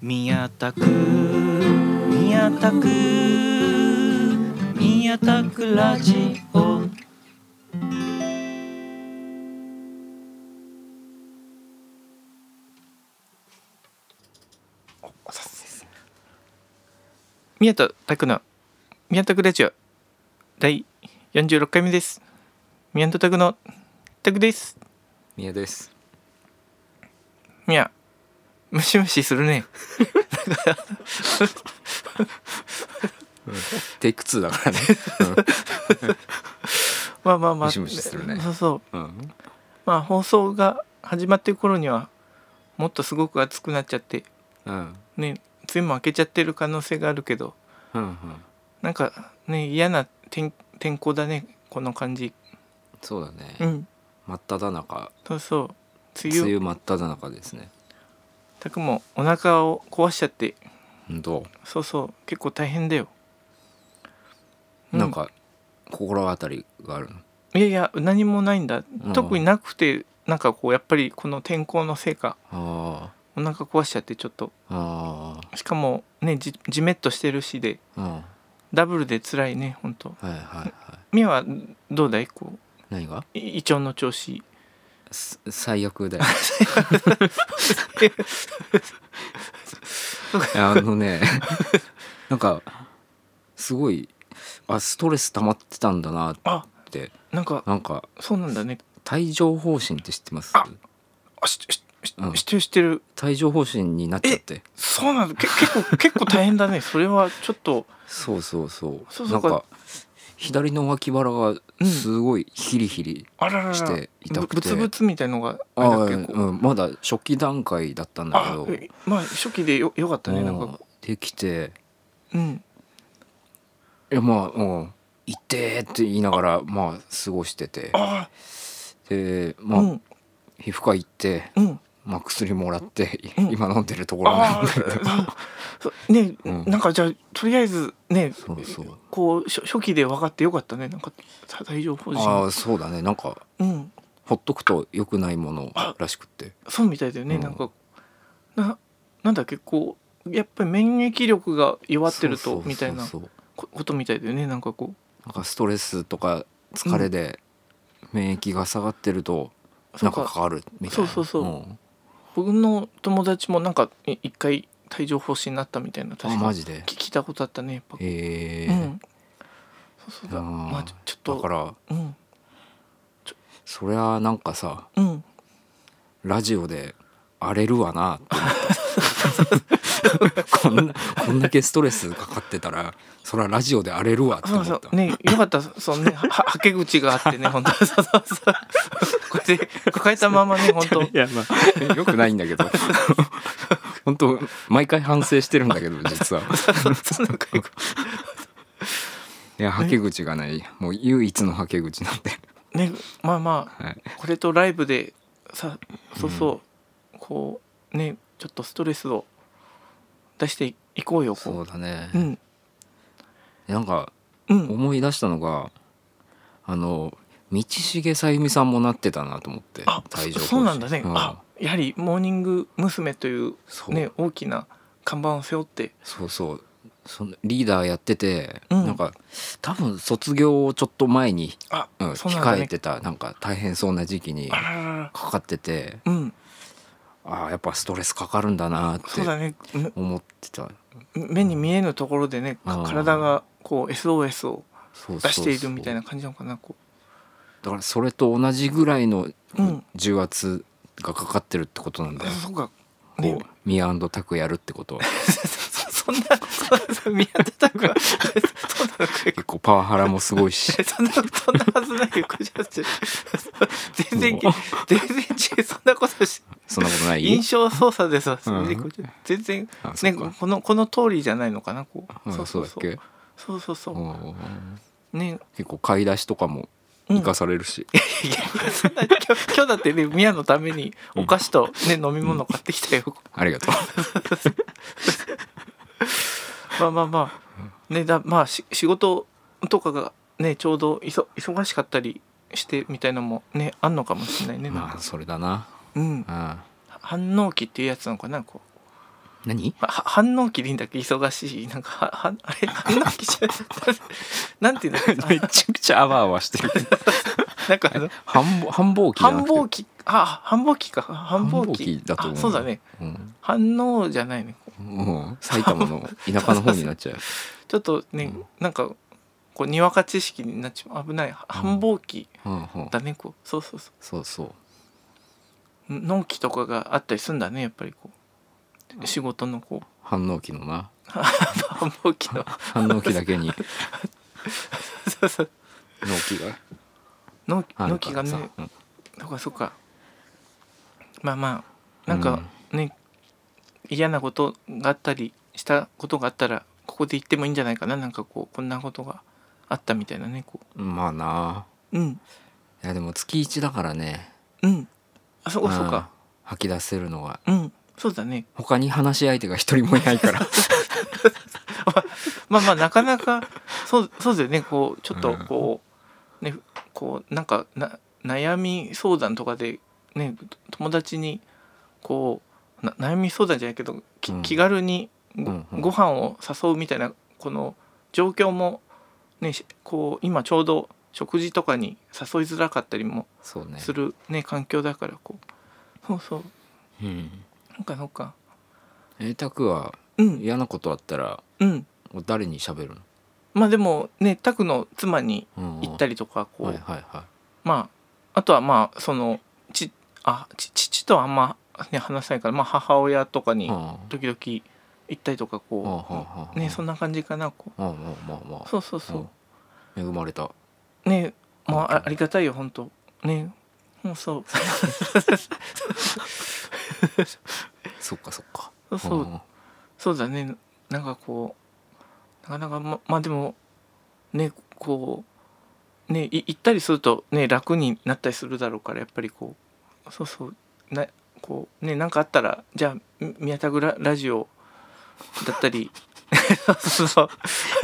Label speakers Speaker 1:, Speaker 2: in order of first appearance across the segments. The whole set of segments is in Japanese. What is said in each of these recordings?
Speaker 1: 宮田区宮田区宮田区ラジオ
Speaker 2: 宮田拓の宮田拓ラジオ第46回目です宮田拓の拓です
Speaker 3: 宮です
Speaker 2: 宮ムシムシするね
Speaker 3: テイク2だからね、
Speaker 2: まあまあまあ
Speaker 3: ムシムシするね
Speaker 2: そうそう
Speaker 3: うん、
Speaker 2: まあ放送が始まってる頃にはもっとすごく暑くなっちゃって
Speaker 3: うん
Speaker 2: ね梅雨も明けちゃってる可能性があるけど
Speaker 3: うんうん
Speaker 2: なんかね嫌な天天候だねこの感じ
Speaker 3: そうだ
Speaker 2: う
Speaker 3: ね
Speaker 2: ん
Speaker 3: 真っ只中
Speaker 2: そうそう梅
Speaker 3: 梅
Speaker 2: 雨
Speaker 3: 雨真っ只中ですね
Speaker 2: たくもお腹を壊しちゃって
Speaker 3: ど
Speaker 2: そうそう結構大変だよ
Speaker 3: う、
Speaker 2: うん
Speaker 3: なんか心当たりがあるの
Speaker 2: いやいや何もないんだ、
Speaker 3: うん
Speaker 2: 特になくてなんかこうやっぱりこの天候のせいか
Speaker 3: あ
Speaker 2: お腹壊しちゃってちょっと
Speaker 3: ああ
Speaker 2: しかもねじじめっとしてるしで
Speaker 3: あうんはい
Speaker 2: ダブルで辛いねほんと
Speaker 3: はいはい
Speaker 2: みはどうだいこう
Speaker 3: 何が
Speaker 2: い胃腸の調子
Speaker 3: す最悪だよいや あのねなんかすごいあストレス溜まってたんだなっ
Speaker 2: あ
Speaker 3: て
Speaker 2: なんか
Speaker 3: なんか
Speaker 2: そうなんだね
Speaker 3: 帯状疱疹って知ってます
Speaker 2: ああししし
Speaker 3: うん
Speaker 2: してるしてる
Speaker 3: 帯状疱疹になっちゃって
Speaker 2: そうなんだけ 結構結構大変だねそれはちょっと
Speaker 3: そうそうそう
Speaker 2: そうそう
Speaker 3: なんか左の脇腹がすごいヒリヒリ、
Speaker 2: あららら
Speaker 3: して痛くて
Speaker 2: ぶつぶつみたいのがあ
Speaker 3: あ
Speaker 2: れだ
Speaker 3: あ
Speaker 2: っけこう
Speaker 3: うん、まだ初期段階だったんだけ
Speaker 2: あ
Speaker 3: ど
Speaker 2: えまあ初期でよよかったねなん
Speaker 3: も
Speaker 2: か
Speaker 3: うできて
Speaker 2: うん
Speaker 3: いやまあうん「痛え」って言いながらまあ過ごしてて
Speaker 2: あ
Speaker 3: で
Speaker 2: あ
Speaker 3: まあ、
Speaker 2: うん
Speaker 3: 皮膚科行って、
Speaker 2: うん
Speaker 3: まあ、薬もらって
Speaker 2: うん
Speaker 3: 今飲んでるところな
Speaker 2: あ
Speaker 3: んだけど、
Speaker 2: あそうね、
Speaker 3: うん
Speaker 2: なんかじゃあとりあえずね
Speaker 3: そうそう
Speaker 2: こう初初期で分かってよかったねなんかた帯状疱
Speaker 3: あ
Speaker 2: 疹
Speaker 3: あそうだねなんか
Speaker 2: うん
Speaker 3: ほっとくと良くないものらしくって
Speaker 2: そうみたいだよね、
Speaker 3: うん
Speaker 2: なんかななんだっけこうやっぱり免疫力が弱ってる
Speaker 3: そうそう
Speaker 2: と
Speaker 3: そう
Speaker 2: みたいな
Speaker 3: そう
Speaker 2: こことみたいだよねなんかこ
Speaker 3: なんかストレスとか疲れで免疫が下がってると
Speaker 2: う
Speaker 3: な
Speaker 2: そうん
Speaker 3: か
Speaker 2: か
Speaker 3: かかるみたい
Speaker 2: そ
Speaker 3: な
Speaker 2: うそうそう
Speaker 3: うん
Speaker 2: 僕の友達もなんかい一回帯状疱疹になったみたいな
Speaker 3: あ
Speaker 2: 確か
Speaker 3: マ
Speaker 2: に
Speaker 3: ジで
Speaker 2: 聞聞いたことあったねやっぱ、
Speaker 3: へえ
Speaker 2: うんそうそう
Speaker 3: あー
Speaker 2: だまあちょちょっ
Speaker 3: だか
Speaker 2: と
Speaker 3: ら
Speaker 2: うん
Speaker 3: そりゃなんかさ
Speaker 2: うん
Speaker 3: ラジオで荒れるわな って思ったこんなこんだけストレスかかってたらそりゃラジオで荒れるわって
Speaker 2: そ
Speaker 3: 思
Speaker 2: う
Speaker 3: っ
Speaker 2: そ
Speaker 3: た
Speaker 2: うねよかったそのねはははけ口があってね本当そうそうそうこうやって抱えたままね本 当
Speaker 3: やまあよくないんだけど本当毎回反省してるん だけど実はいやはけ口がないもう唯一のはけ口なんで、
Speaker 2: ねまあま
Speaker 3: はい、
Speaker 2: あこれとライブでさそうそう、こうねちょっとストレスを出していいこうよ
Speaker 3: そ
Speaker 2: こ
Speaker 3: うだね
Speaker 2: うう、ん
Speaker 3: なんか
Speaker 2: うん
Speaker 3: 思い出したのがあの道重さゆみさんもなってたなと思って
Speaker 2: あ
Speaker 3: 帯
Speaker 2: そ
Speaker 3: 状疱疹
Speaker 2: そうなんだね、
Speaker 3: うん
Speaker 2: あやはりモーニング娘。という
Speaker 3: そう
Speaker 2: ね大きな看板を背負って
Speaker 3: そうそうそのリーダーやってて、
Speaker 2: うん
Speaker 3: なんか多分卒業をちょっと前に、
Speaker 2: あ、
Speaker 3: うん
Speaker 2: そうなんだ
Speaker 3: 控
Speaker 2: ね
Speaker 3: えてたなんか大変そうな時期に
Speaker 2: あらららら
Speaker 3: かかってて
Speaker 2: うん
Speaker 3: ああやっぱストレスかかるんだなっ
Speaker 2: そうだ
Speaker 3: て
Speaker 2: ねむ
Speaker 3: 思ってた
Speaker 2: 目に見えぬところでねか
Speaker 3: うん
Speaker 2: 体がこう SOS を
Speaker 3: そうそうそう
Speaker 2: 出しているみたいな感じなのかなこ
Speaker 3: だからそれと同じぐらいの
Speaker 2: うん
Speaker 3: 重圧がかかってるってことなん
Speaker 2: う
Speaker 3: だよ、
Speaker 2: そうか
Speaker 3: こ
Speaker 2: ね
Speaker 3: うミアンドタクやるってことは
Speaker 2: そん な そそ宮田拓はそんな
Speaker 3: 結構パワハラもすご いし
Speaker 2: そんなそんなはずないよこじゃせ全然
Speaker 3: もう
Speaker 2: 全然違うそんなことし
Speaker 3: そんなことない
Speaker 2: 印象操作ですわ
Speaker 3: うん
Speaker 2: 全然
Speaker 3: あそ
Speaker 2: ね
Speaker 3: っか
Speaker 2: このこの通りじゃないのかなこう
Speaker 3: うんそうだっけ
Speaker 2: そうそうそう
Speaker 3: うん
Speaker 2: ね
Speaker 3: 結構買い出しとかも
Speaker 2: うん
Speaker 3: 生かされるし、
Speaker 2: いやそんな今日今日だってね宮のためにお菓子とね飲み物買ってきたよ
Speaker 3: ありがとう
Speaker 2: まあまあまあねだまあし仕事とかがねちょうどいそ忙しかったりしてみたいのもねあんのか もしれないねなん
Speaker 3: ま
Speaker 2: か
Speaker 3: あそれだな
Speaker 2: うん
Speaker 3: あ
Speaker 2: 反応期っていうやつなのかなこう
Speaker 3: 何
Speaker 2: は反応期でいいんだっけ忙しいなんかははあれ反応期じゃないなんていうん だっけな
Speaker 3: めちゃくちゃあわあわ してる
Speaker 2: なんかあの
Speaker 3: 繁忙繁忙期じゃな
Speaker 2: 繁忙
Speaker 3: くて
Speaker 2: 期あ繁忙期か繁忙期
Speaker 3: 繁忙期だと思う
Speaker 2: あそうだね
Speaker 3: うん
Speaker 2: 反応じゃないね
Speaker 3: うん埼玉の田舎の方にな っちゃう
Speaker 2: ちょっとね、
Speaker 3: うん
Speaker 2: なんかこうにわか知識になっちまう危ない繁忙期
Speaker 3: うんうん
Speaker 2: だねこうそうそうそ
Speaker 3: そうそう
Speaker 2: う納期とかがあったりするんだねやっぱりこう仕事のこう
Speaker 3: 反応期のな
Speaker 2: 繁忙期の
Speaker 3: 反応期だ けに
Speaker 2: そうそう
Speaker 3: 納期が
Speaker 2: 納期
Speaker 3: あ
Speaker 2: 納
Speaker 3: る
Speaker 2: 期が
Speaker 3: からさ
Speaker 2: ねそっかそっかまあまあなんかね、嫌なことがあったりしたことがあったらここで言ってもいいんじゃないかななんかこうこんなことがあったみたいなねこ
Speaker 3: うんまあな
Speaker 2: ううん
Speaker 3: いやでも月一だからね
Speaker 2: うんあそうかそう
Speaker 3: うん
Speaker 2: か
Speaker 3: 吐き出せるのは
Speaker 2: うんそうだね
Speaker 3: 他に話し相手が一人もいない から
Speaker 2: まあまあなかな かそうそうだよねこうちょっと
Speaker 3: うん
Speaker 2: こう、ねこうなんかな悩み相談とかでね友達にこうな悩み相談じゃないけどき
Speaker 3: うん
Speaker 2: 気軽にご,、
Speaker 3: うんうん
Speaker 2: 飯を誘うみたいなこの状況もねしこう今ちょうど食事とかに誘いづらかったりも
Speaker 3: そうね
Speaker 2: するね環境だからこうそうそう
Speaker 3: うん
Speaker 2: なんかそうか
Speaker 3: えたくは
Speaker 2: うん
Speaker 3: 嫌なことあったら
Speaker 2: うん
Speaker 3: もう誰に喋るの
Speaker 2: まあでもねタクの妻に
Speaker 3: うん
Speaker 2: 行ったりとかこう、
Speaker 3: はいはいは
Speaker 2: まああとはまあそのちあち父とはあんま、ね、話さないから、まあ、母親とか
Speaker 3: い
Speaker 2: に
Speaker 3: うん
Speaker 2: 時々行ったりとか
Speaker 3: うんうん
Speaker 2: こ
Speaker 3: うんう
Speaker 2: うねそんな感じかなこ
Speaker 3: まあまあまあま
Speaker 2: う
Speaker 3: あ
Speaker 2: そうそうそう
Speaker 3: うん恵まれた
Speaker 2: うねまあ
Speaker 3: うん
Speaker 2: あありがたいよ本当ねもうそう
Speaker 3: そっかそっか
Speaker 2: そうそうんそうだねなんかこうなかなかままあでもねこうねい行ったりするとね楽になったりするだろうからやっぱりこうそうそうなこうねなんかあったらじゃあみ宮田ぐらラジオだったり そうそう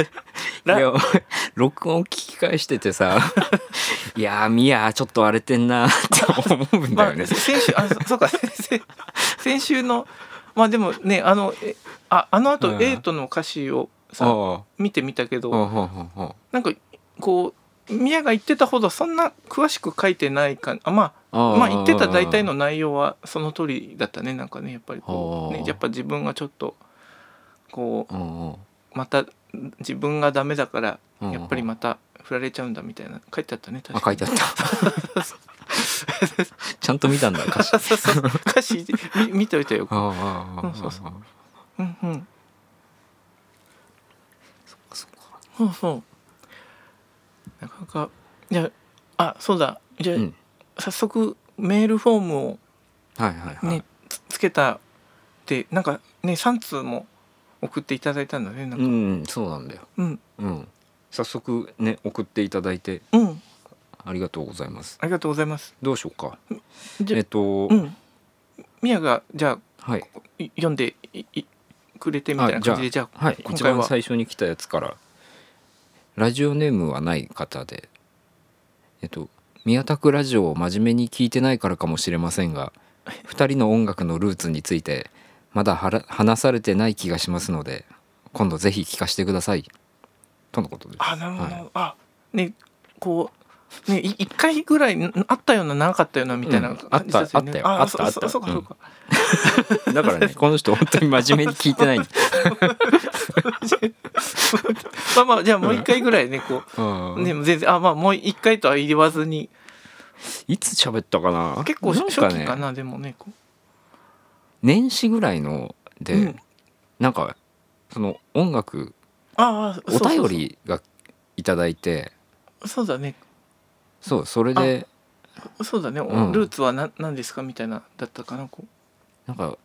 Speaker 3: い
Speaker 2: ラ
Speaker 3: や 俺録音聞き返して てさ「いやーミヤちょっと荒れてんな」って思うんだ
Speaker 2: ま
Speaker 3: よね
Speaker 2: あ、、先週あそそうか先先週のまあでもねあのえああのあ
Speaker 3: う
Speaker 2: と
Speaker 3: ん
Speaker 2: エイトの歌詞を
Speaker 3: あ
Speaker 2: さ見てみたけど、
Speaker 3: あああああ
Speaker 2: なんかこう宮が言ってたほどそんな詳しく書いてないかあまあ
Speaker 3: あ
Speaker 2: まあ言ってた大体の内容はその通りだったねなんかねやっぱりこう、
Speaker 3: あ
Speaker 2: ね
Speaker 3: ー、
Speaker 2: やっぱ自分がちょっとこ
Speaker 3: うんうん
Speaker 2: うまた自分がダメだから
Speaker 3: うん
Speaker 2: やっぱりまた振られちゃうんだみたいな書いてあったね確か
Speaker 3: あ
Speaker 2: に
Speaker 3: 書いてあった ちゃんと見たんだ歌詞
Speaker 2: そうそう歌詞み見ておいたよ
Speaker 3: ああああああ
Speaker 2: そうそううんうん
Speaker 3: そっか
Speaker 2: そうそうなかなかじゃああそうだじゃあ、
Speaker 3: うん
Speaker 2: 早速メールフォームを
Speaker 3: はいはいはい、
Speaker 2: ね、つつけたってなんかね3通も送っていただいたんだねなん
Speaker 3: う
Speaker 2: か
Speaker 3: んそうなんだよ
Speaker 2: うん
Speaker 3: うん早速ね送っていただいて
Speaker 2: うん、
Speaker 3: ありがとうございます
Speaker 2: ありがとうございます
Speaker 3: どうしようか
Speaker 2: じゃ
Speaker 3: えっと、
Speaker 2: うんみやがじゃ
Speaker 3: はい
Speaker 2: あい読んでいいくれてみたいな感じでじゃあ
Speaker 3: はい、
Speaker 2: 今
Speaker 3: 一
Speaker 2: 回は
Speaker 3: 番最初に来たやつからラジオネームはない方でえっと宮田区ラジオを真面目に聞いてないからかもしれませんが二人の音楽のルーツについてまだはら話されてない気がしますので今度ぜひ聞かせてくださいとのことです
Speaker 2: あなるほど、
Speaker 3: はい
Speaker 2: あねこうねい一回ぐらいんあったようななかったようなみたいな
Speaker 3: うん
Speaker 2: 感じだったよね、
Speaker 3: あっ
Speaker 2: そ
Speaker 3: たあったよあったあった
Speaker 2: そそうかそうか、
Speaker 3: だから ねこの人本当に真面目に聞いてない
Speaker 2: まあまあじゃあもう一回ぐらいねこ
Speaker 3: う
Speaker 2: う、
Speaker 3: ん
Speaker 2: ね全然あまあもう一回とは言わずに
Speaker 3: いつ喋ったかな
Speaker 2: 結構初
Speaker 3: なんか
Speaker 2: 期
Speaker 3: ね
Speaker 2: かなでもねこ
Speaker 3: 年始ぐらいの
Speaker 2: う、
Speaker 3: で、
Speaker 2: うん、
Speaker 3: なんかその音楽
Speaker 2: ああ
Speaker 3: お
Speaker 2: そうそうそう
Speaker 3: 便りがいただいて
Speaker 2: そうだね
Speaker 3: そうそれで
Speaker 2: そうだね、
Speaker 3: うん
Speaker 2: ルーツはな何ですかみたいなだったかなこう
Speaker 3: なんか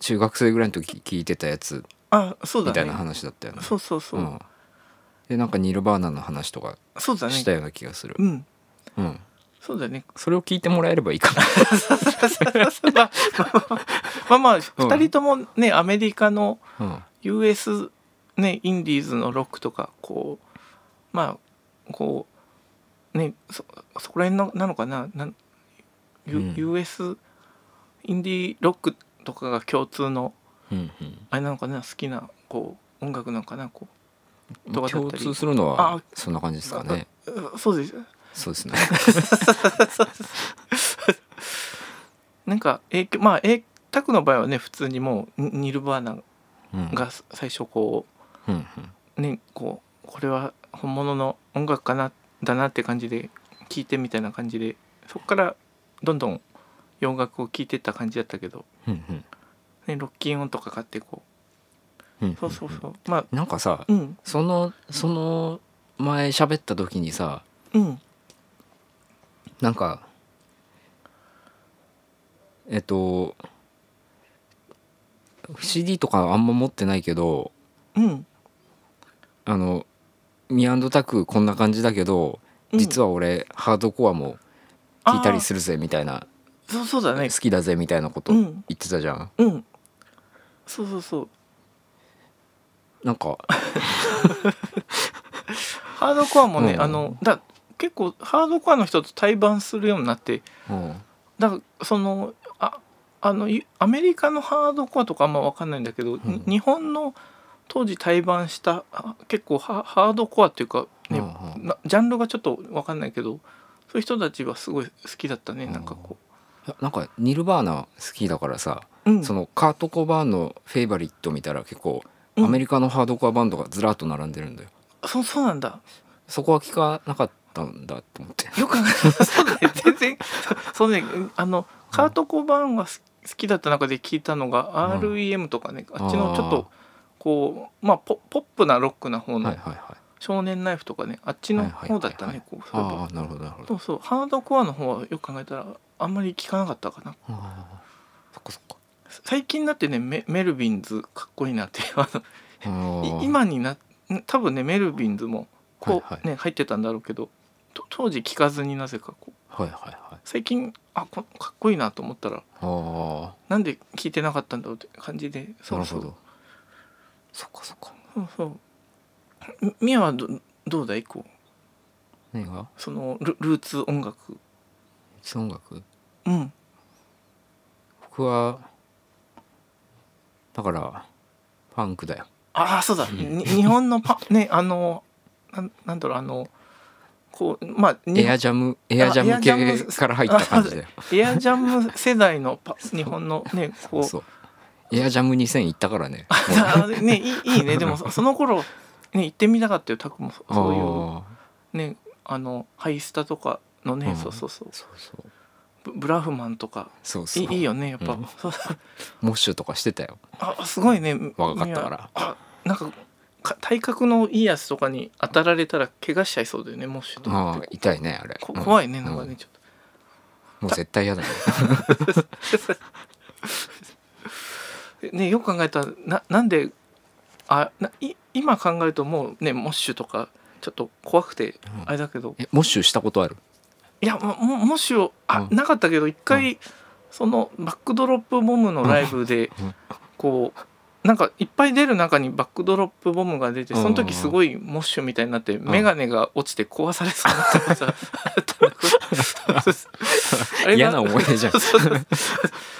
Speaker 3: 中学生ぐらいの時聞いてたやつ
Speaker 2: あそう
Speaker 3: み
Speaker 2: だ
Speaker 3: た
Speaker 2: ね
Speaker 3: いな話だったよね。
Speaker 2: そうそうそう、
Speaker 3: ん、でなんかニルバーナの話とか
Speaker 2: そうだね
Speaker 3: したような気がする。
Speaker 2: うん
Speaker 3: うん、
Speaker 2: そうだね
Speaker 3: それを聞いてもらえればいいかな。
Speaker 2: まあまあまあ
Speaker 3: うん
Speaker 2: 2人ともねアメリカの
Speaker 3: うん、
Speaker 2: US ねインディーズのロックとかこうまあこうねそそこら辺のなのかななん、
Speaker 3: うん
Speaker 2: U、US インディーロックとかが共通の
Speaker 3: うんうん
Speaker 2: あれなのかな好きなこう音楽なのかなことかだったり
Speaker 3: 共通するのは
Speaker 2: あ
Speaker 3: そんな感じですかね
Speaker 2: ううそうです
Speaker 3: そ うですね
Speaker 2: なんか影響まあえタクの場合はね普通にもうニニルバーナ
Speaker 3: うん
Speaker 2: が最初こ
Speaker 3: うんうん
Speaker 2: うねこうこれは本物の音楽かなだなって感じで聴いてみたいな感じでそこからどんどん洋楽を聴いてった感じだったけど、
Speaker 3: うんうん
Speaker 2: ね、ロッキンオンとか買ってこ
Speaker 3: うん
Speaker 2: うそうそうそうまあ
Speaker 3: なんかさ
Speaker 2: うん
Speaker 3: そのその前喋った時にさ
Speaker 2: うん
Speaker 3: なんかえっと CD とかあんま持ってないけど
Speaker 2: うん
Speaker 3: あのミアンドタクこんな感じだけど実
Speaker 2: は
Speaker 3: は俺ハードコアも聞いたりするぜみたいな
Speaker 2: そうそうだね
Speaker 3: 好きだぜみたいなこと
Speaker 2: う
Speaker 3: 言
Speaker 2: ん
Speaker 3: ってたじゃん
Speaker 2: うんそうそうそう
Speaker 3: な んか
Speaker 2: ハードコアもね、
Speaker 3: うん
Speaker 2: あのだ結構ハードコアの人と対バンするようになって
Speaker 3: うん
Speaker 2: だからそのああのゆアメリカのハードコアとかあんま分かんないんだけど、に日本の当時対バンしたあ結構ハハードコアっていうか、ね
Speaker 3: うんうん
Speaker 2: なジャンルがちょっと分かんないけどそういう人たちはすごい好きだったねなんかこ
Speaker 3: いやなんかニルバーナ好きだからさ
Speaker 2: う、うん、
Speaker 3: そのカート・コバーンのフェイバリット見たら結構
Speaker 2: うん
Speaker 3: アメリカのハードコアバンドがずらっと並んでるんだよ
Speaker 2: そそうなんだ
Speaker 3: そこは聞かなかったんだと思って
Speaker 2: よく考えそうだね全然 そうねあのカート・コバーンが好き好きだった中で聞いたのが
Speaker 3: うん
Speaker 2: REM とかね、
Speaker 3: ー
Speaker 2: あっちのちょっとこうまあポポップなロックな方
Speaker 3: はい
Speaker 2: の
Speaker 3: はいはい
Speaker 2: 少年ナイフとかねあっちの方だったねこうそういえば
Speaker 3: ああなるほどなるほ
Speaker 2: そ
Speaker 3: ど
Speaker 2: うそうハードコアの方はよく考えたらあんまり聞かなかったかな
Speaker 3: あーそっかそっか
Speaker 2: 最近だってねメメルビンズかっこいいなって あ
Speaker 3: あ
Speaker 2: の
Speaker 3: ー
Speaker 2: い今にな多分ねメルビンズもこう、
Speaker 3: はいはい
Speaker 2: ね入ってたんだろうけどと当時聞かずになぜかこう
Speaker 3: はいはいはい
Speaker 2: 最近あこかっこいいなと思ったら
Speaker 3: あ
Speaker 2: なんで聞いてなかったんだろうって感じで
Speaker 3: あな
Speaker 2: そ
Speaker 3: る
Speaker 2: うそ
Speaker 3: ほ
Speaker 2: う
Speaker 3: どそっかそっか
Speaker 2: そうそうみみやはどどうだいこう
Speaker 3: 何が
Speaker 2: そのルルーツ音楽
Speaker 3: 音楽
Speaker 2: うん
Speaker 3: 僕はだからファンクだよ
Speaker 2: ああそうだに日本の パねあのなんなんだろうあのこうまあに
Speaker 3: エアジャムエアジ
Speaker 2: エ
Speaker 3: ャ
Speaker 2: ア
Speaker 3: ム
Speaker 2: ジャム
Speaker 3: 系から入った感じ だよ
Speaker 2: エアジャム世代の パ日本のねこう
Speaker 3: そうエアジャム2000行ったからね
Speaker 2: あねいいいいねでもそその頃ね行ってみたかったよタクもそそういう
Speaker 3: あ
Speaker 2: ねあのハイスタとかのね、
Speaker 3: うん
Speaker 2: そうそうそう
Speaker 3: ーそうそう
Speaker 2: ブブラフマンとか
Speaker 3: そうそう
Speaker 2: いいいよねやっぱ、
Speaker 3: うん
Speaker 2: そう
Speaker 3: モッシュとかしてたよ
Speaker 2: あすごいね
Speaker 3: 若かったから
Speaker 2: あなんかか体格のいいやつとかに当たられたら怪我しちゃいそうだよねもしとか
Speaker 3: あ
Speaker 2: っ
Speaker 3: あ
Speaker 2: て
Speaker 3: 痛いねあれ
Speaker 2: こ怖いね
Speaker 3: うん
Speaker 2: なんか
Speaker 3: う
Speaker 2: ね
Speaker 3: ん
Speaker 2: ちょっ
Speaker 3: もう絶対嫌だね
Speaker 2: とねよく考えたらななんであない今考えるともうねモッシュとかちょっと怖くて
Speaker 3: うん
Speaker 2: あれだけど、
Speaker 3: えモッシュしたことある
Speaker 2: いやももモッシュをあ、
Speaker 3: うん
Speaker 2: なかったけど一回、そのバックドロップボムのライブで、
Speaker 3: うん
Speaker 2: こうなんかいっぱい出る中にバックドロップボムが出て
Speaker 3: うん
Speaker 2: その時すごいモッシュみたいになって、メガネが落ちて壊されそうになったさ あれが
Speaker 3: 嫌な思い出じゃん
Speaker 2: そうそうそう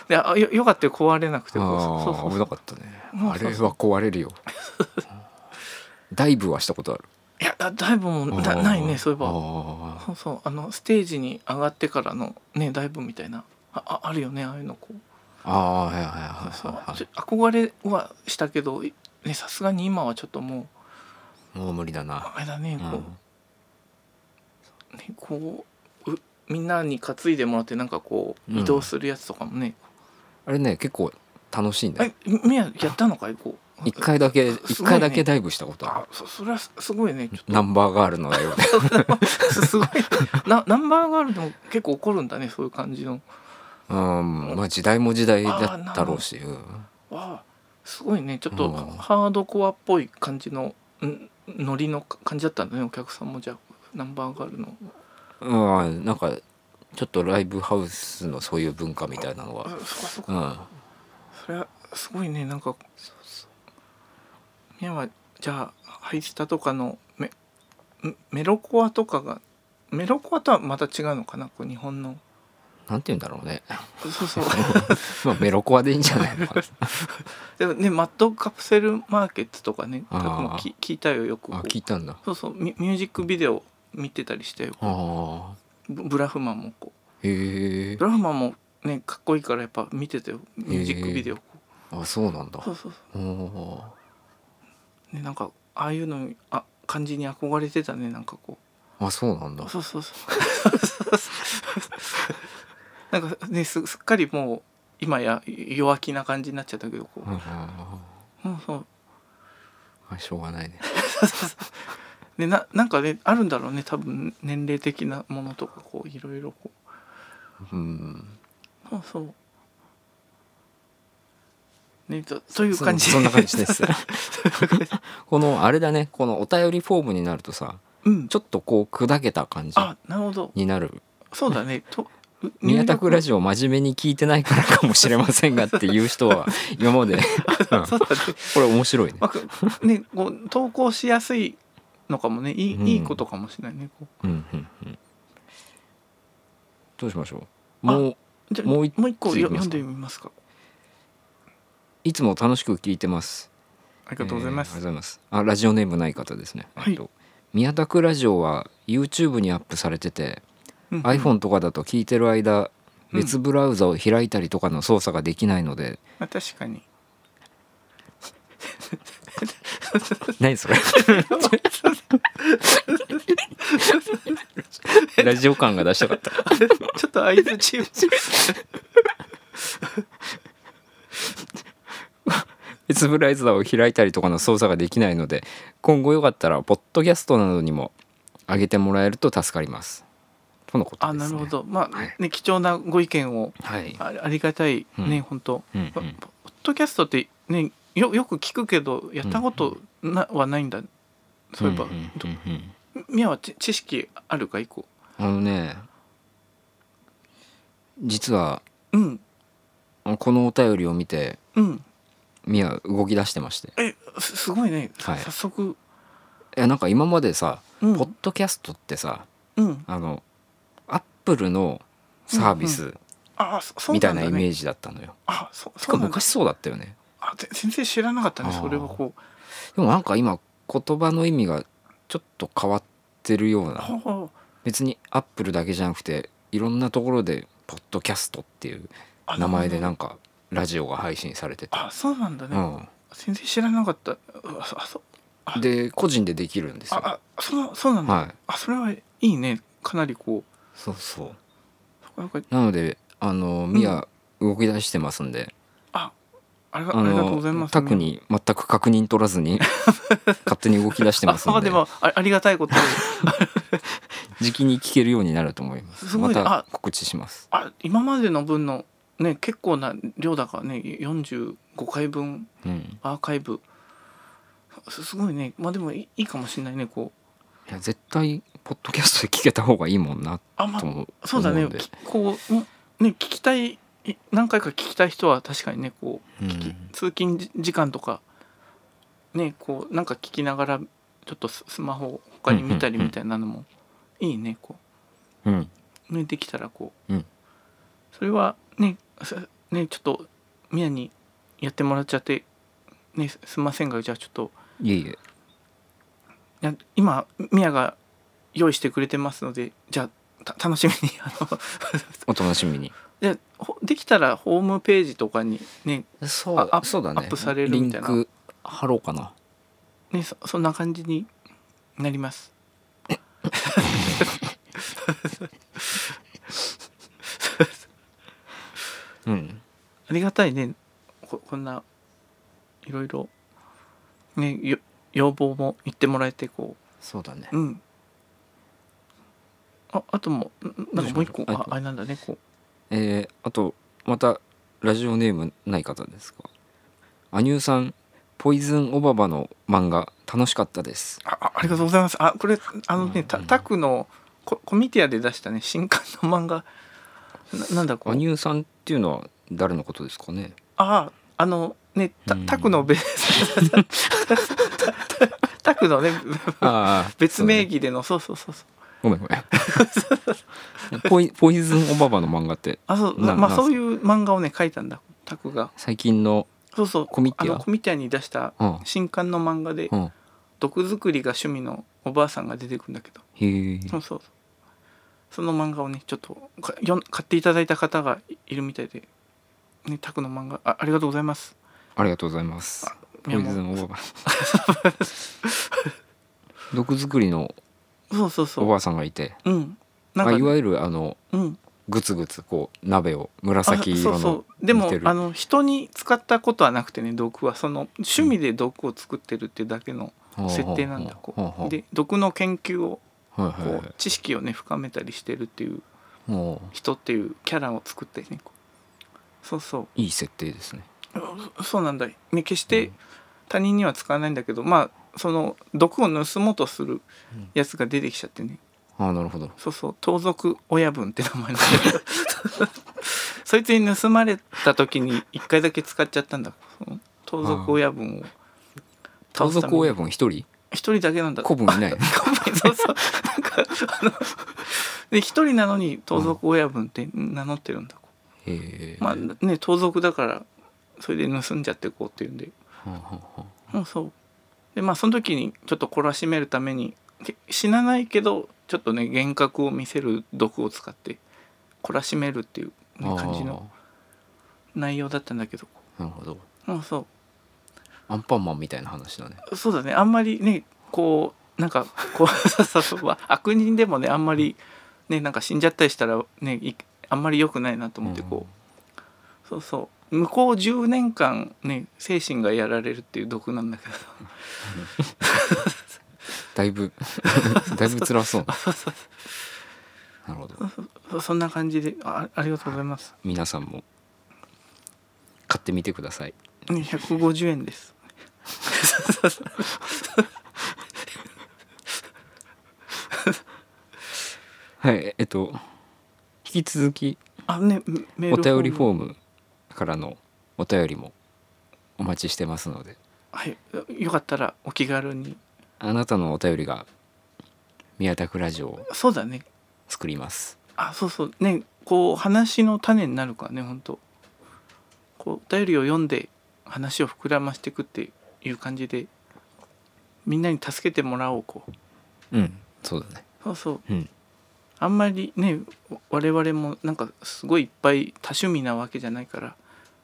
Speaker 2: であよよかったよ壊れなくて
Speaker 3: あ
Speaker 2: そうそ
Speaker 3: あ
Speaker 2: う
Speaker 3: 危
Speaker 2: そう
Speaker 3: なかったね
Speaker 2: うん
Speaker 3: あれは壊れるよ ダイブはしたことある
Speaker 2: いやだだいぶもうなないねそういえば
Speaker 3: ば
Speaker 2: そうそうあのステージに上がってからのねだいぶみたいなあああるよねああいうのこう
Speaker 3: ああはいはい
Speaker 2: そう
Speaker 3: はいはい
Speaker 2: ちょ憧れはしたけどいねさすがに今はちょっともう
Speaker 3: もう無理だな、
Speaker 2: あれだね
Speaker 3: うん
Speaker 2: こう,、ねこううみんなに担いでもらってなんかこう
Speaker 3: うん
Speaker 2: 移動するやつとかもね、
Speaker 3: あれね結構楽しいんだよ
Speaker 2: えみややったのかいこう
Speaker 3: 一回だけ
Speaker 2: すごいね
Speaker 3: 一回だけダイブしたことあ
Speaker 2: あ
Speaker 3: る
Speaker 2: そそれはすすごいねちょっ
Speaker 3: ナンバーガールのだよね
Speaker 2: と すごいねなナンバーガールでも結構怒るんだねそういう感じの
Speaker 3: うんまあ時代も時代だったろうしうん
Speaker 2: わあすごいねちょっと
Speaker 3: うん
Speaker 2: ハードコアっぽい感じのんノリの感じだったんだねお客さんもじゃあナンバーガールの
Speaker 3: うんなんかちょっとライブハウスのそういう文化みたいなの
Speaker 2: あそ
Speaker 3: は
Speaker 2: っかそっか
Speaker 3: うん
Speaker 2: それはすごいねなんかそうそうミャはじゃあハイスタとかのメメメロコアとかがメロコアとはまた違うのかなこう日本の
Speaker 3: なんて言うんだろうね
Speaker 2: そうそう
Speaker 3: まあメロコアでいいんじゃないのかな
Speaker 2: でもねマッドカプセルマーケットとかね
Speaker 3: あー
Speaker 2: もき聞いたよよく
Speaker 3: あ
Speaker 2: こう
Speaker 3: 聞いたんだ
Speaker 2: そうそうミミュージックビデオ見てたりしてよ
Speaker 3: ああ
Speaker 2: ブブラフマンもこ
Speaker 3: へえ
Speaker 2: うブラフマンもねかっこいいからやっぱ見てたよミュージックビデオ、
Speaker 3: あそうなんだ
Speaker 2: そうそうそ
Speaker 3: おー
Speaker 2: う、ね、なんかああいうのあ感じに憧れてたねなんかこ
Speaker 3: あそうなんだ
Speaker 2: うそうそうそう なんかねすすっかりもう今や弱気な感じになっちゃったけどこ
Speaker 3: うん
Speaker 2: う、
Speaker 3: うんうんあ
Speaker 2: うん、そう
Speaker 3: しょうがないね
Speaker 2: でななんかねあるんだろうね多分年齢的なものとかこういろいろこ
Speaker 3: うん
Speaker 2: うそうそうねとという感じ
Speaker 3: そそんな感じです
Speaker 2: そういう感じ
Speaker 3: このあれだねこのお便りフォームになるとさ
Speaker 2: うん
Speaker 3: ちょっとこう砕けた感じ
Speaker 2: あなるほど
Speaker 3: になる
Speaker 2: そうだねとう
Speaker 3: 宮田クラ
Speaker 2: 入
Speaker 3: ジオ真面目に聞いてないからかもしれませんがっていう人 は今まで、うん
Speaker 2: 力そうだね,、
Speaker 3: これ面白いね
Speaker 2: まあく、ねこう投稿しやすいのかもねいい,、
Speaker 3: うん
Speaker 2: いいことかもしれないねこ
Speaker 3: うんうんうんどうしましょうもう
Speaker 2: うじゃあ
Speaker 3: も
Speaker 2: も
Speaker 3: う
Speaker 2: う
Speaker 3: 一
Speaker 2: 一
Speaker 3: つ
Speaker 2: 個
Speaker 3: い
Speaker 2: よ
Speaker 3: きま
Speaker 2: 読
Speaker 3: すか
Speaker 2: んでみますか
Speaker 3: いつも楽しく聞いてます
Speaker 2: ありがとうございま
Speaker 3: えーあ
Speaker 2: す、
Speaker 3: りがとうございますあラジオネームない方ですね、
Speaker 2: はい
Speaker 3: えっと宮田クラジオは YouTube にアップされてて、
Speaker 2: うん
Speaker 3: iPhone とかだと聞いてる間
Speaker 2: うん
Speaker 3: 別ブラウザを開いたりとかの操作ができないので、
Speaker 2: まあ、確かに
Speaker 3: 何 それラジオ感が出したかった
Speaker 2: ちょっと相づ ち打ち
Speaker 3: 別ブラウザを開いたりとかの操作ができないので今後よかったらポッドキャストなどにも上げてもらえると助かりますとのこと
Speaker 2: あ
Speaker 3: です、ね、
Speaker 2: なるほどまあ、
Speaker 3: はい
Speaker 2: ね貴重なご意見を
Speaker 3: はい、
Speaker 2: あありがたいね、
Speaker 3: うん
Speaker 2: 本当
Speaker 3: うんう
Speaker 2: ポ
Speaker 3: ん
Speaker 2: ポッドキャストってねよよく聞くけどやったことな、はないんだそういえば、
Speaker 3: んんうんうん
Speaker 2: ミヤはち知識あるか以降
Speaker 3: あのね実は
Speaker 2: うん
Speaker 3: このお便りを見て
Speaker 2: うん
Speaker 3: ミア動き出してまして
Speaker 2: えすすごいね、さ
Speaker 3: はい
Speaker 2: 早速
Speaker 3: えなんか今までさ、
Speaker 2: うん
Speaker 3: ポッドキャストってさ
Speaker 2: うん
Speaker 3: あのアップルのサービス
Speaker 2: あそそう
Speaker 3: みた
Speaker 2: ないんだ、
Speaker 3: な
Speaker 2: ね、
Speaker 3: イメー
Speaker 2: ジ
Speaker 3: ジだったのよ、
Speaker 2: あそ
Speaker 3: て
Speaker 2: そ
Speaker 3: か
Speaker 2: うなんだ
Speaker 3: 昔そうだったよね
Speaker 2: あぜ全然知らなかったね
Speaker 3: あー
Speaker 2: それはこう
Speaker 3: でもなんか今言葉の意味がちょっと変わってるような
Speaker 2: ほうほう
Speaker 3: 別にアップルだけじゃなくていろんなところでポッドキャストっていう
Speaker 2: あ
Speaker 3: 名前で
Speaker 2: な
Speaker 3: な
Speaker 2: る
Speaker 3: んかラジオが配信されてて
Speaker 2: ほど、あそうなんだ
Speaker 3: う
Speaker 2: ね、
Speaker 3: ん、
Speaker 2: 全然知らなかったあそあそあ
Speaker 3: で個人でできるんですよ
Speaker 2: ああそうそうなんだ、
Speaker 3: はい
Speaker 2: あそれはいいねかなりこう
Speaker 3: そうそう
Speaker 2: そこなんか
Speaker 3: なのであのミア動き出してますんで、
Speaker 2: ああれが
Speaker 3: あ
Speaker 2: ありがとうございま
Speaker 3: の
Speaker 2: す
Speaker 3: タクに全く確認取らず に勝手に動き出して
Speaker 2: あ
Speaker 3: ます
Speaker 2: ま
Speaker 3: ん
Speaker 2: あ
Speaker 3: で
Speaker 2: でも あありがたいことに
Speaker 3: 時期に聞けるようになると思います
Speaker 2: すご
Speaker 3: ま
Speaker 2: いね
Speaker 3: た
Speaker 2: あ
Speaker 3: 告知します
Speaker 2: あ今までの分のね結構な量だからね45回分
Speaker 3: うん
Speaker 2: アーカイブすすごいねまあでもいいいいかもしれないねこう
Speaker 3: いや絶対ポッドキャストで聞けた方がいいもんな
Speaker 2: あま
Speaker 3: と思う
Speaker 2: あそうだ
Speaker 3: 思
Speaker 2: ね
Speaker 3: んで
Speaker 2: きこううんね聞きたいい何回か聞きたい人は確かにねこう
Speaker 3: うん
Speaker 2: き通勤じ時間とかねこうなんか聞きながらちょっとススマホを他に見たりみたいなのもいいねこ
Speaker 3: うん
Speaker 2: う、ね、できたらこう、
Speaker 3: うん
Speaker 2: それはねすねちょっとミヤにやってもらっちゃってねすすんませんがじゃあちょっと
Speaker 3: いえいえ
Speaker 2: いや今ミヤが用意してくれてますのでじゃあた楽しみにあの
Speaker 3: お楽しみに
Speaker 2: じゃあほできたらホームページとかにね
Speaker 3: そ
Speaker 2: あアッ
Speaker 3: う
Speaker 2: プ
Speaker 3: そうだね
Speaker 2: アップされるみたいな
Speaker 3: リンク貼ろうかな
Speaker 2: ねそそんな感じになります。
Speaker 3: うん
Speaker 2: ありがたいねここんないろいろねよ要望も言ってもらえてこ
Speaker 3: そうだね
Speaker 2: ううんああともんなんかもう一個
Speaker 3: どうしましょう
Speaker 2: ああれなんだねこう
Speaker 3: えーあとまたラジオネームない方ですか羽生さんポイズンオババの漫画楽しかったです
Speaker 2: ああありがとうございますあこれあのね
Speaker 3: う
Speaker 2: た
Speaker 3: ん
Speaker 2: タクのココミティアで出したね新刊の漫画ななんだこう
Speaker 3: 羽生さんっていうのは誰のことですかね
Speaker 2: ああのねた
Speaker 3: うん
Speaker 2: タクのべ タクのね
Speaker 3: ああ
Speaker 2: 別名義でのそうそうそうそう
Speaker 3: ごめんごめん ポイポイズンオババの漫画って
Speaker 2: あそう
Speaker 3: な
Speaker 2: まあ
Speaker 3: なん
Speaker 2: そういう漫画をね書いたんだタクが
Speaker 3: 最近の
Speaker 2: そうそう
Speaker 3: コミテ
Speaker 2: あ
Speaker 3: ィア
Speaker 2: のコミティアに出した
Speaker 3: うん
Speaker 2: 新刊の漫画で
Speaker 3: うん
Speaker 2: 毒作りが趣味のおばあさんが出てくるんだけど
Speaker 3: へえ
Speaker 2: そうそうその漫画をねちょっとか読ん買っていただいた方がいいるみたいでねタクの漫画あありがとうございます
Speaker 3: ありがとうございます
Speaker 2: い
Speaker 3: ポイ
Speaker 2: や
Speaker 3: ズ
Speaker 2: もう
Speaker 3: ンオーバー毒作りの
Speaker 2: そうそうそ
Speaker 3: お
Speaker 2: う
Speaker 3: ばあさんがいて、
Speaker 2: うんなん
Speaker 3: まあ、
Speaker 2: か
Speaker 3: い
Speaker 2: ね
Speaker 3: わゆるあの
Speaker 2: うん
Speaker 3: グツグツこう鍋を
Speaker 2: あ
Speaker 3: 紫色
Speaker 2: そう
Speaker 3: の
Speaker 2: そうでも
Speaker 3: 似てる
Speaker 2: あの人に使ったことはなくてね毒はその趣味で毒を作ってるってだけの設定なんだ
Speaker 3: ほ
Speaker 2: こ
Speaker 3: うほうほう
Speaker 2: うで毒の研究を
Speaker 3: はいは
Speaker 2: こ
Speaker 3: いは
Speaker 2: う知識をね深めたりしてるっていう
Speaker 3: いも
Speaker 2: 人っていうキャラを作ってねこうそうそう
Speaker 3: いい設定ですね
Speaker 2: うそうなんだね決し
Speaker 3: う
Speaker 2: て
Speaker 3: ん
Speaker 2: 他人には使わないんだけどまあその毒を盗もうとするやつが出てきちゃってね
Speaker 3: ああなるほど
Speaker 2: そうそう盗賊親分って名前なんだけど そいつに盗まれた時に一回だけ使っちゃったんだその盗賊親分を
Speaker 3: 盗
Speaker 2: 倒すために
Speaker 3: 賊親分一人
Speaker 2: 一人だけなんだ
Speaker 3: 子分 いない
Speaker 2: そうそうなんかあので一人なのに盗賊親分って名乗ってるんだ、
Speaker 3: へえ
Speaker 2: まあね盗賊だからそれで盗んじゃってこうっていうんで
Speaker 3: はあはあは
Speaker 2: うん、そうでまあその時にちょっと懲らしめるためにけ死なないけどちょっとね幻覚を見せる毒を使って懲らしめるっていう
Speaker 3: あ
Speaker 2: ね、感じの内容だったんだけど
Speaker 3: ああなるほど
Speaker 2: うんそ
Speaker 3: アンパンマンみたいな話だね
Speaker 2: うそうだねあんまりねこうなんかこうそうそうそうまあ悪人でもねあんまりねなんか死んじゃったりしたらねいあんまり良くないなと思ってこう、そうそう向こう10年間ね精神がやられるっていう毒なんだけど
Speaker 3: だい ぶだいぶ辛そうななるほど
Speaker 2: そそんな感じであありがとうございます
Speaker 3: 皆さんも買ってみてください
Speaker 2: ね、150円です。
Speaker 3: はいえっと引き続き
Speaker 2: あ、ね、メー
Speaker 3: お
Speaker 2: ル
Speaker 3: 便りフォームからのお便りもお待ちしてますので
Speaker 2: はい、よかったらお気軽に。
Speaker 3: あなたのお便りが宮田クラジオを
Speaker 2: そうだね。
Speaker 3: 作ります
Speaker 2: あ、そうそう、ね、こう話の種になるからね、本当。こうお便りを読んで、話を膨らましていくっていう感じで。みんなに助けてもらおう、こう。
Speaker 3: うんそうだね
Speaker 2: そうそう。
Speaker 3: うん
Speaker 2: あんまりね、我々もなんかすごいいっぱい多趣味なわけじゃないから。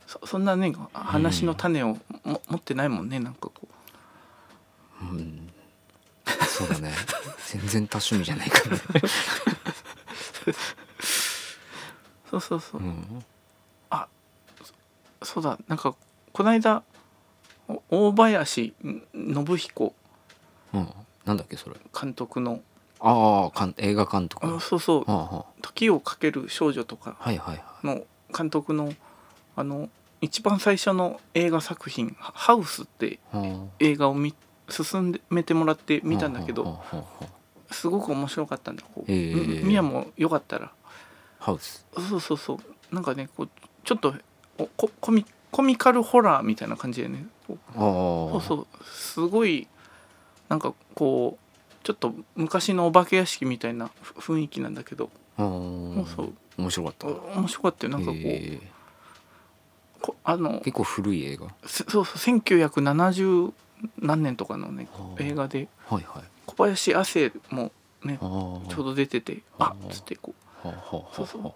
Speaker 2: そそんなね、話の種をも持ってないもんね、なんかこう。
Speaker 3: うんそう だね全然多趣味じゃないからね、
Speaker 2: そうそうそう
Speaker 3: う。ん、
Speaker 2: そうだなんかこの間お大林信彦
Speaker 3: うん、なんだっけそれ
Speaker 2: 監督の
Speaker 3: ああかん映画監督
Speaker 2: あ
Speaker 3: の
Speaker 2: そうそう
Speaker 3: はあは
Speaker 2: 「時をかける少女」とか
Speaker 3: あはいはいはい
Speaker 2: の監督のあの一番最初の映画作品「ハハウス」って
Speaker 3: は
Speaker 2: 映画を見進めてもらって
Speaker 3: あ
Speaker 2: 見たんだけ
Speaker 3: は
Speaker 2: ど
Speaker 3: あはあはあ
Speaker 2: すごく面白かったんだこう、
Speaker 3: へえ
Speaker 2: みやもよかったら
Speaker 3: ハウス
Speaker 2: そうそうそうなんかねこうちょっとおココミコミカルホラーみたいな感じでねこう
Speaker 3: ああそ
Speaker 2: そうそうすごいなんかこうちょっと昔のお化け屋敷みたいなふ雰囲気なんだけど、
Speaker 3: あ
Speaker 2: そう
Speaker 3: 面白かった
Speaker 2: そう面白かったよなんかこう、
Speaker 3: へ
Speaker 2: こあの
Speaker 3: え結構古い映画は
Speaker 2: せそうそう1970何年とかのね
Speaker 3: あ
Speaker 2: 映画で
Speaker 3: いはい
Speaker 2: 小林亜生もね
Speaker 3: ああ
Speaker 2: ちょうど出てて
Speaker 3: あ
Speaker 2: あっつってこう
Speaker 3: はあはあはあ
Speaker 2: そうそう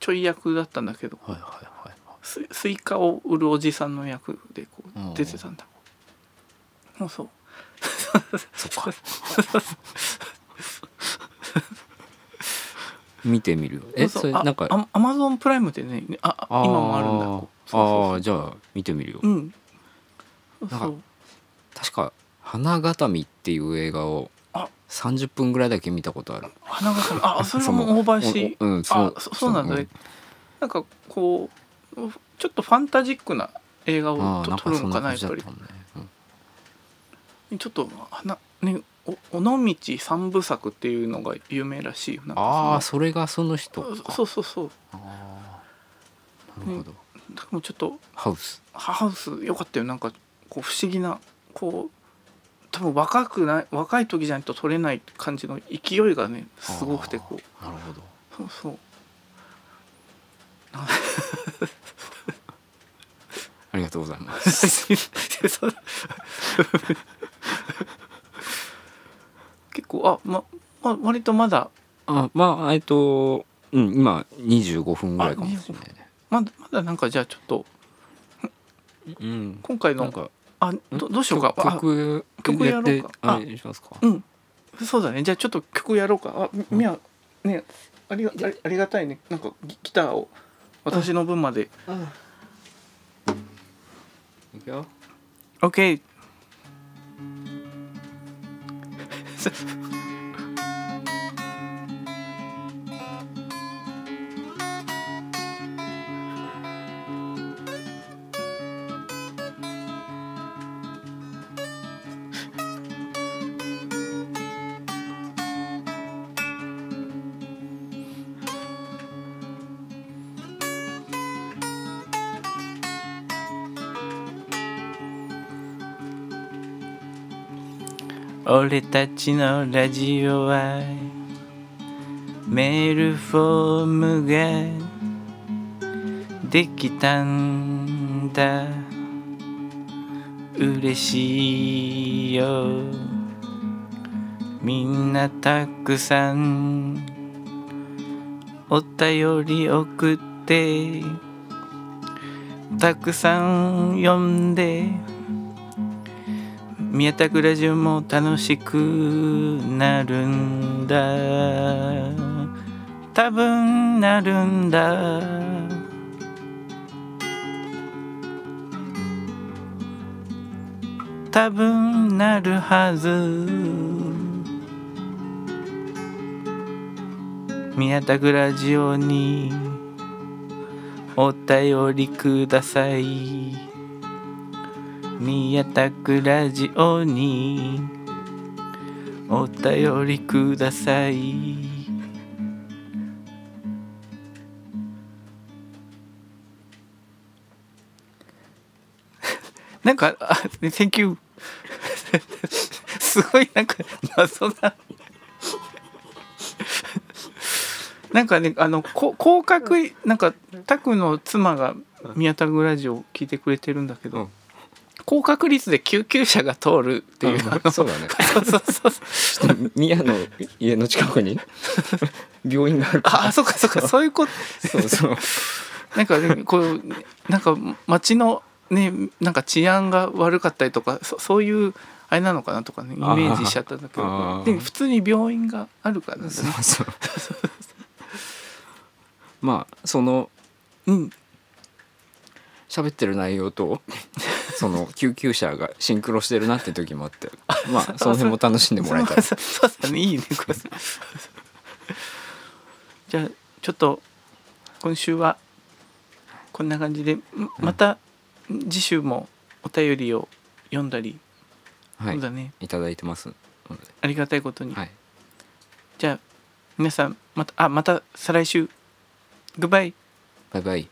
Speaker 2: ちょい役だったんだけど
Speaker 3: はいはいはいはい
Speaker 2: ススイカを売るおじさんの役でこ
Speaker 3: うん
Speaker 2: う出てたんだもうそう
Speaker 3: そ っか見てみるえ
Speaker 2: そう
Speaker 3: それ
Speaker 2: あ
Speaker 3: なんか
Speaker 2: あアマゾンプライムでねああ今もあるんだ
Speaker 3: あー
Speaker 2: こうそうそうそう
Speaker 3: あーじゃあ見てみるよ、
Speaker 2: うん。
Speaker 3: なんか
Speaker 2: そう
Speaker 3: 確か「花形見」っていう映画を
Speaker 2: あ
Speaker 3: 30分ぐらいだけ見たことある
Speaker 2: 花が咲くあ、それ
Speaker 3: その
Speaker 2: も大林。
Speaker 3: おおうんそ
Speaker 2: あ
Speaker 3: う、
Speaker 2: そそうなんだ
Speaker 3: そうう
Speaker 2: ね
Speaker 3: ん。
Speaker 2: なんかこうちょっとファンタジックな映画
Speaker 3: あ
Speaker 2: を
Speaker 3: あ
Speaker 2: と
Speaker 3: なん
Speaker 2: 撮
Speaker 3: か
Speaker 2: る
Speaker 3: そん
Speaker 2: のか
Speaker 3: な
Speaker 2: な
Speaker 3: 感
Speaker 2: や
Speaker 3: じ
Speaker 2: っぱ
Speaker 3: だっ
Speaker 2: り
Speaker 3: た。もんね、うん
Speaker 2: ちょっと花ねお尾道三部作っていうのが有名らしいよ。なんか
Speaker 3: ああそれがその人
Speaker 2: その
Speaker 3: か
Speaker 2: そうそうそう。
Speaker 3: あーなるほど、
Speaker 2: だからもうちょっと
Speaker 3: ハウス
Speaker 2: ハウス良かったよなんかこう不思議なこう多分若くない若い時じゃないと撮れない感じの勢いがねすごくてこう
Speaker 3: あーなるほど
Speaker 2: そう そう。
Speaker 3: ありがとうございます。
Speaker 2: 結構あまま割とまだ
Speaker 3: あまあえっと、うん、今25分ぐらいかもしれないね。
Speaker 2: まだまだなんかじゃあちょっと
Speaker 3: うん、
Speaker 2: 今回
Speaker 3: なん
Speaker 2: の
Speaker 3: か
Speaker 2: あどどうしようかあ
Speaker 3: 曲
Speaker 2: 曲やろうか
Speaker 3: って
Speaker 2: あ
Speaker 3: あれしますか。
Speaker 2: うんそうだねじゃあちょっと曲やろうかあみみやねありがありありがたいねなんかギギターを私の分まで
Speaker 3: いくよ。
Speaker 2: OK 俺たちのラジオはメールフォームができたんだ嬉しいよみんなたくさんお便り送ってたくさん読んで宮田クラジオも楽しくなるんだ多分なるんだ多分なるはず宮田クラジオにお便りください宮田くラジオにお便りください なんかあ Thank you すごいなんか謎ななんかねあのこ広角いなんかタクの妻が宮田グラジオを聞いてくれてるんだけど、
Speaker 3: うん
Speaker 2: 高確率で救急車が通るっていう、あの
Speaker 3: そうだね。
Speaker 2: そう そうそう
Speaker 3: ちょっと宮の家の近く に病院があるか
Speaker 2: ああそうかそうかそういうこと
Speaker 3: ら。そうそう。
Speaker 2: なんかねこうなんか街のねなんか治安が悪かったりとかそそういうあれなのかなとかねイメージしちゃったんだけ
Speaker 3: あ
Speaker 2: ど
Speaker 3: ー
Speaker 2: で普通に病院があるからね
Speaker 3: そうそう。まあその
Speaker 2: うん
Speaker 3: 喋ってる内容とその救急車がシンクロしてるなって時もあって、まあその辺も楽しんでもらいたい。
Speaker 2: そうそうそうだねいいねこれじゃあちょっと今週はこんな感じでんまた次週もお便りを読んだり、
Speaker 3: は
Speaker 2: そう
Speaker 3: い。
Speaker 2: だね
Speaker 3: いただいてます。
Speaker 2: ありがたいことに、
Speaker 3: はい。
Speaker 2: じゃあ皆さんまたあまた再来週グッバイ
Speaker 3: バイバイ。